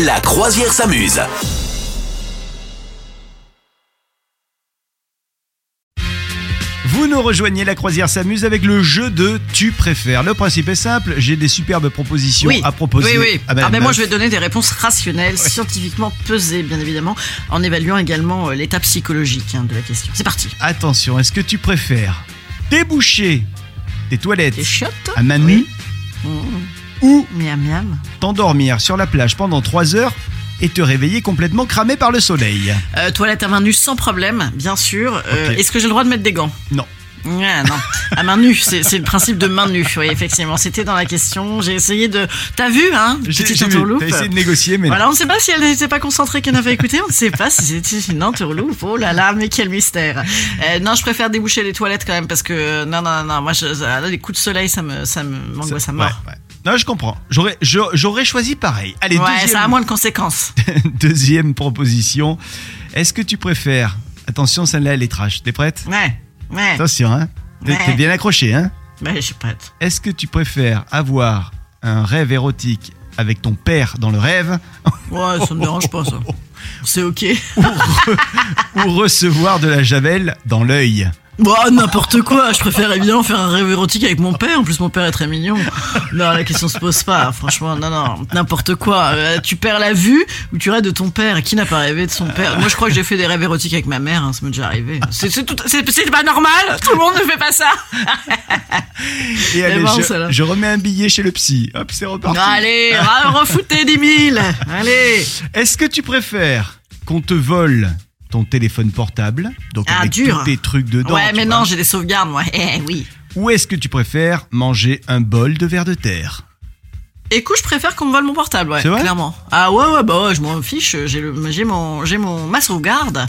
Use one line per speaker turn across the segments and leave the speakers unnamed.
La croisière s'amuse.
Vous nous rejoignez, la croisière s'amuse avec le jeu de tu préfères. Le principe est simple, j'ai des superbes propositions
Oui.
à proposer.
Oui, oui.
à Madame
ah, ben moi,
Meuf.
je vais donner des réponses rationnelles, scientifiquement pesées, bien évidemment, en évaluant également euh, l'état psychologique hein, de la question. C'est parti.
Attention, est-ce que tu préfères déboucher tes toilettes
Les chiottes Mmh,
à main nue ou
Miam, miam.
t'endormir sur la plage pendant 3 heures et te réveiller complètement cramé par le soleil
Euh, toilette à main nue sans problème, bien sûr. Euh,
Ok.
Est-ce que j'ai le droit de mettre des gants
Non.
Ouais, non. À main nue, c'est c'est le principe de main nue, oui, effectivement. C'était dans la question. J'ai essayé de. T'as vu, hein
J'ai-
Petite
j'ai vu,
entourloupe.
T'as essayé de négocier, mais non.
Voilà, on ne sait pas si elle n'était pas concentrée qu'elle n'avait écouté, on ne sait pas si c'était une entourloupe. Oh là là, mais quel mystère. Euh, non, je préfère déboucher les toilettes quand même parce que euh, non, non, non, moi, je, ah, là, les coups de soleil, ça me, bah, ça me m'angoisse à
Ouais,
mort.
ouais. Non, je comprends. J'aurais, je- j'aurais choisi pareil. Allez,
Ouais, ça a
deuxième,
moins de conséquences.
deuxième proposition. Est-ce que tu préfères. Attention, celle-là, elle est trash. T'es prête
Ouais, ouais.
Attention, hein T'es
Ouais.
t'es bien accroché, hein
Bah, je suis prête.
Est-ce que tu préfères avoir un rêve érotique avec ton père dans le rêve
Ouais, ça me dérange pas, ça. C'est ok.
ou recevoir de la javel dans l'œil
Bon, Bah, n'importe quoi, je préfère évidemment faire un rêve érotique avec mon père, en plus mon père est très mignon. Non, la question se pose pas, franchement, non, non, n'importe quoi. Euh, tu perds la vue ou tu rêves de ton père Qui n'a pas rêvé de son père Moi je crois que j'ai fait des rêves érotiques avec ma mère, hein, ça m'est déjà arrivé. C'est c'est tout- c'est- c'est pas normal, tout le monde ne fait pas ça.
Et allez,
bon,
je,
celle-là.
je remets un billet chez le psy. Hop, c'est reparti.
Allez, ra- refoutez 10 000 Allez
Est-ce que tu préfères qu'on te vole ton téléphone portable, donc
Ah,
avec
dur.
tous tes trucs dedans
Ouais,
tu
mais
vois,
non, j'ai des sauvegardes, moi. Eh oui.
ou est-ce que tu préfères manger un bol de verre de terre
Écoute, je préfère qu'on me vole mon portable, ouais,
C'est vrai
clairement. Ah ouais, ouais, bah ouais, je m'en fiche, j'ai le, j'ai mon, j'ai mon, ma sauvegarde.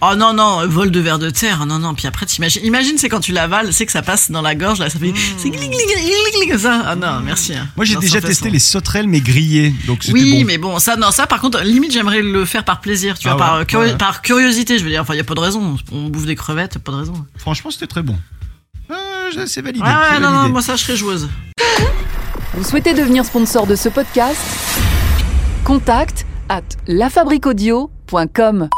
oh non, non, vol de verre de terre, non, non, puis après, t'imagines, imagine, c'est quand tu l'avales, c'est que ça passe dans la gorge, là, ça fait, c'est gling, gling, gling, gling, comme ça. Ah non, merci. hein.
Hmm. Moi, j'ai
Non,
déjà
sans
testé
façon.
les sauterelles, mais grillées, donc c'était
Oui,
bon.
mais bon, ça, non, ça, par contre, limite, j'aimerais le faire par plaisir, tu
Ah
vois, par,
ouais,
euh, curi-
ouais.
par curiosité, je veux dire. Enfin, y a pas de raison, on bouffe des crevettes, pas de raison.
Franchement, c'était très bon. Euh, c'est validé.
Ouais,
c'est
ouais, non, non,
validé.
moi, ça, je serais joueuse.
Vous souhaitez devenir sponsor de ce podcast Contact à lafabriquaudio.com.